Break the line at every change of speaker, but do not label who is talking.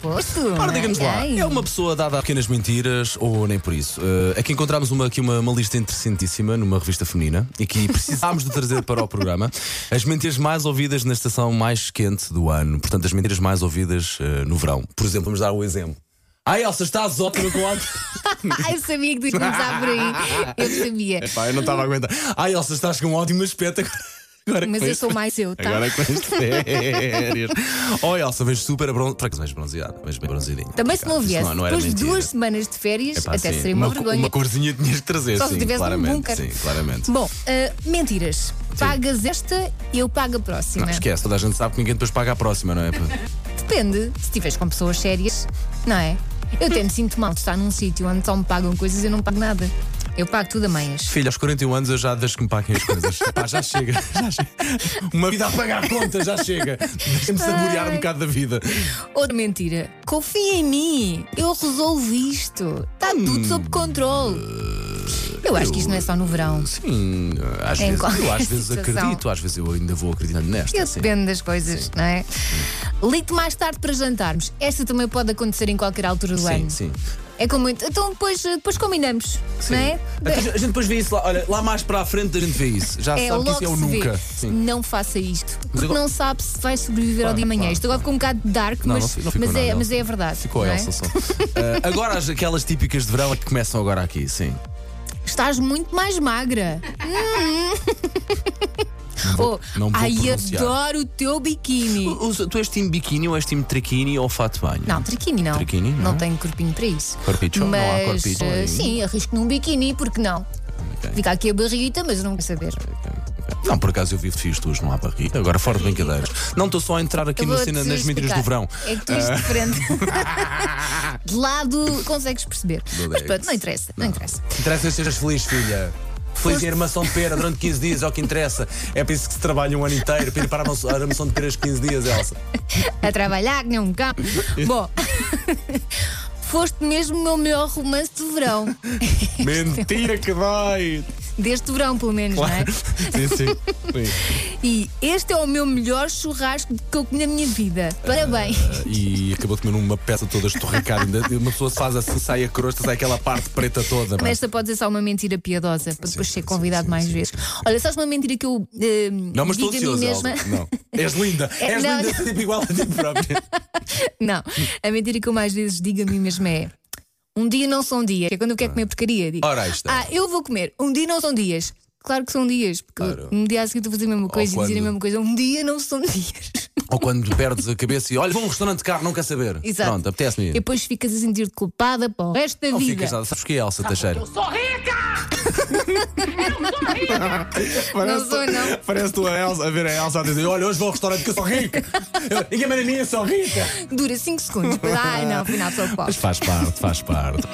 Disposto?
Ora, diga-nos lá,
Ok.
é uma pessoa dada a pequenas mentiras ou nem por isso? Eh, aqui encontramos uma, aqui uma, uma lista interessantíssima numa revista feminina e que precisámos de trazer para o programa as mentiras mais ouvidas na estação mais quente do ano. Portanto, as mentiras mais ouvidas eh, no verão. Por exemplo, vamos dar o exemplo. Ai, Elsa, estás ótima com alto.
Ah, eu sabia que tu ias começar por aí. Eu sabia.
Pá, eu não estava a aguentar. Ai, Elsa, estás com um ótimo aspecto agora. agora
Mas
com
eu
este-
sou mais eu, tá?
Agora é com as férias. Oh, Elsa, vens super bronzeada. Vens bronzeada, vens bem bronzeadinha.
Também se não
Isso
viesse,
era
depois de
mentira.
duas semanas de férias,
Epá,
até
sim.
seria uma,
co-
vergonha.
Uma corzinha tinhas de trazer,
Só se
sim,
tivesse num
claramente.
bunker.
Sim, claramente.
Bom, ah, mentiras. Pagas esta, eu pago a próxima.
Não, esquece, toda a gente sabe que ninguém depois paga a próxima, não é?
Depende, se estiveres com pessoas sérias, não é? Eu até me sinto mal de estar num sítio onde só me pagam coisas e eu não pago nada. Eu pago tudo a meias.
Filho, aos 41 anos eu já deixo que me paguem as coisas. Pá, já chega, já chega. Uma vida a pagar contas, já chega. Deixa-me saborear um bocado da vida.
Outra mentira. Confia em mim. Eu resolvo isto. Está tudo sob controle. Eu acho que isto não é só no verão.
Sim, às
É Em
vezes, eu
qualquer
às vezes
situação.
acredito, às vezes eu ainda vou acreditando nesta.
Eu
sim.
é depende das coisas, não é? Ligo-te mais tarde para jantarmos. Esta também pode acontecer em qualquer altura do
Sim,
ano.
sim.
É como muito. Então depois, depois combinamos,
sim.
não é?
Então, A gente depois vê isso lá, olha, lá mais para a frente a gente vê isso. Já
É
sabe que
logo
isso é o
se vê.
nunca. Sim.
Não faça isto. Porque
agora-
não sabe se vai sobreviver ao dia
Claro,
de amanhã.
claro,
Isto agora ficou um bocado dark,
Não,
mas,
não fi- não ficou
mas, é,
nada,
mas
não.
é a verdade.
Ficou
não é?
Elsa só. Ah, agora as- aquelas típicas de verão é que começam agora aqui, sim.
Estás muito mais magra.
Vou-
Oh,
não vou
ai,
pronunciar.
adoro o teu biquíni.
Usa- Tu és time biquíni ou és time triquini ou fato banho?
Não, triquini não.
Triquini, não
não
é?
tenho corpinho para isso.
Corpicho? Não
mas,
há corpicho
eh,
aí?
sim, arrisco num biquíni, porque não?
Ok.
Fica aqui a barriguita, mas não quero saber.
Não, por acaso eu vivo de fios tuas, não há barriga. Agora fora de brincadeiras. Não estou só a entrar aqui
Eu
na
vou-te
cena nas mentiras
explicar.
do verão. Ah.
É que tu és diferente. De lado consegues perceber. Mas pronto, não interessa, não, interessa.
Interessa que sejas feliz, filha. Feliz em armação de pera durante 15 dias, é o que interessa. É para isso que se trabalha um ano inteiro, para ir para a armação- a armação de peras de 15 dias, Elsa.
A trabalhar, que nem um cão. Bom, foste mesmo o meu melhor romance de verão.
Mentira que vai!
Deste verão, pelo menos, não é?
Sim, sim. sim.
E este é o meu melhor churrasco que eu comi na minha vida. Parabéns.
Ah, e acabou de comer uma peça toda estorricada. ainda- Uma pessoa faz assim, sai a crosta, sai aquela parte preta toda. não é?
Mas Esta pode ser só uma mentira piadosa, para depois
Sim,
ser
sim,
convidado
sim,
mais
sim,
vezes.
sim,
Olha, sabes uma mentira que eu eh,
Não, mas estou
digo a mim
ansioso,
mesma?
Elsa. Não. És linda.
É,
És
não,
linda, tipo igual a ti própria.
Não, a mentira que eu mais vezes digo a mim mesma é um dia não são dias, que é quando eu quero comer porcaria. Digo,
Ora, aí está.
Ah, eu vou comer, um dia não são dias. Claro que são dias, porque
Claro.
um dia a seguir estou a fazer a mesma coisa e dizer a
quando-
mesma coisa. Um dia não são dias.
Ou quando perdes a cabeça e olha, vou a um restaurante caro, não quer saber.
Exato.
Pronto,
E
apetece-me ir.
depois ficas a sentir-te culpada para o resto da
Não
vida.
ficas nada. Sabes que é Elsa Teixeira?
Não sou, não.
Parece tu a, Elsa, a ver a Elsa a dizer: Olha, hoje vou ao restaurante que eu sou rica. Eu- Ninguém me nem sou rica.
Dura 5 segundos. depois, Ai, não, afinal sou pobre.
Mas faz parte, faz parte.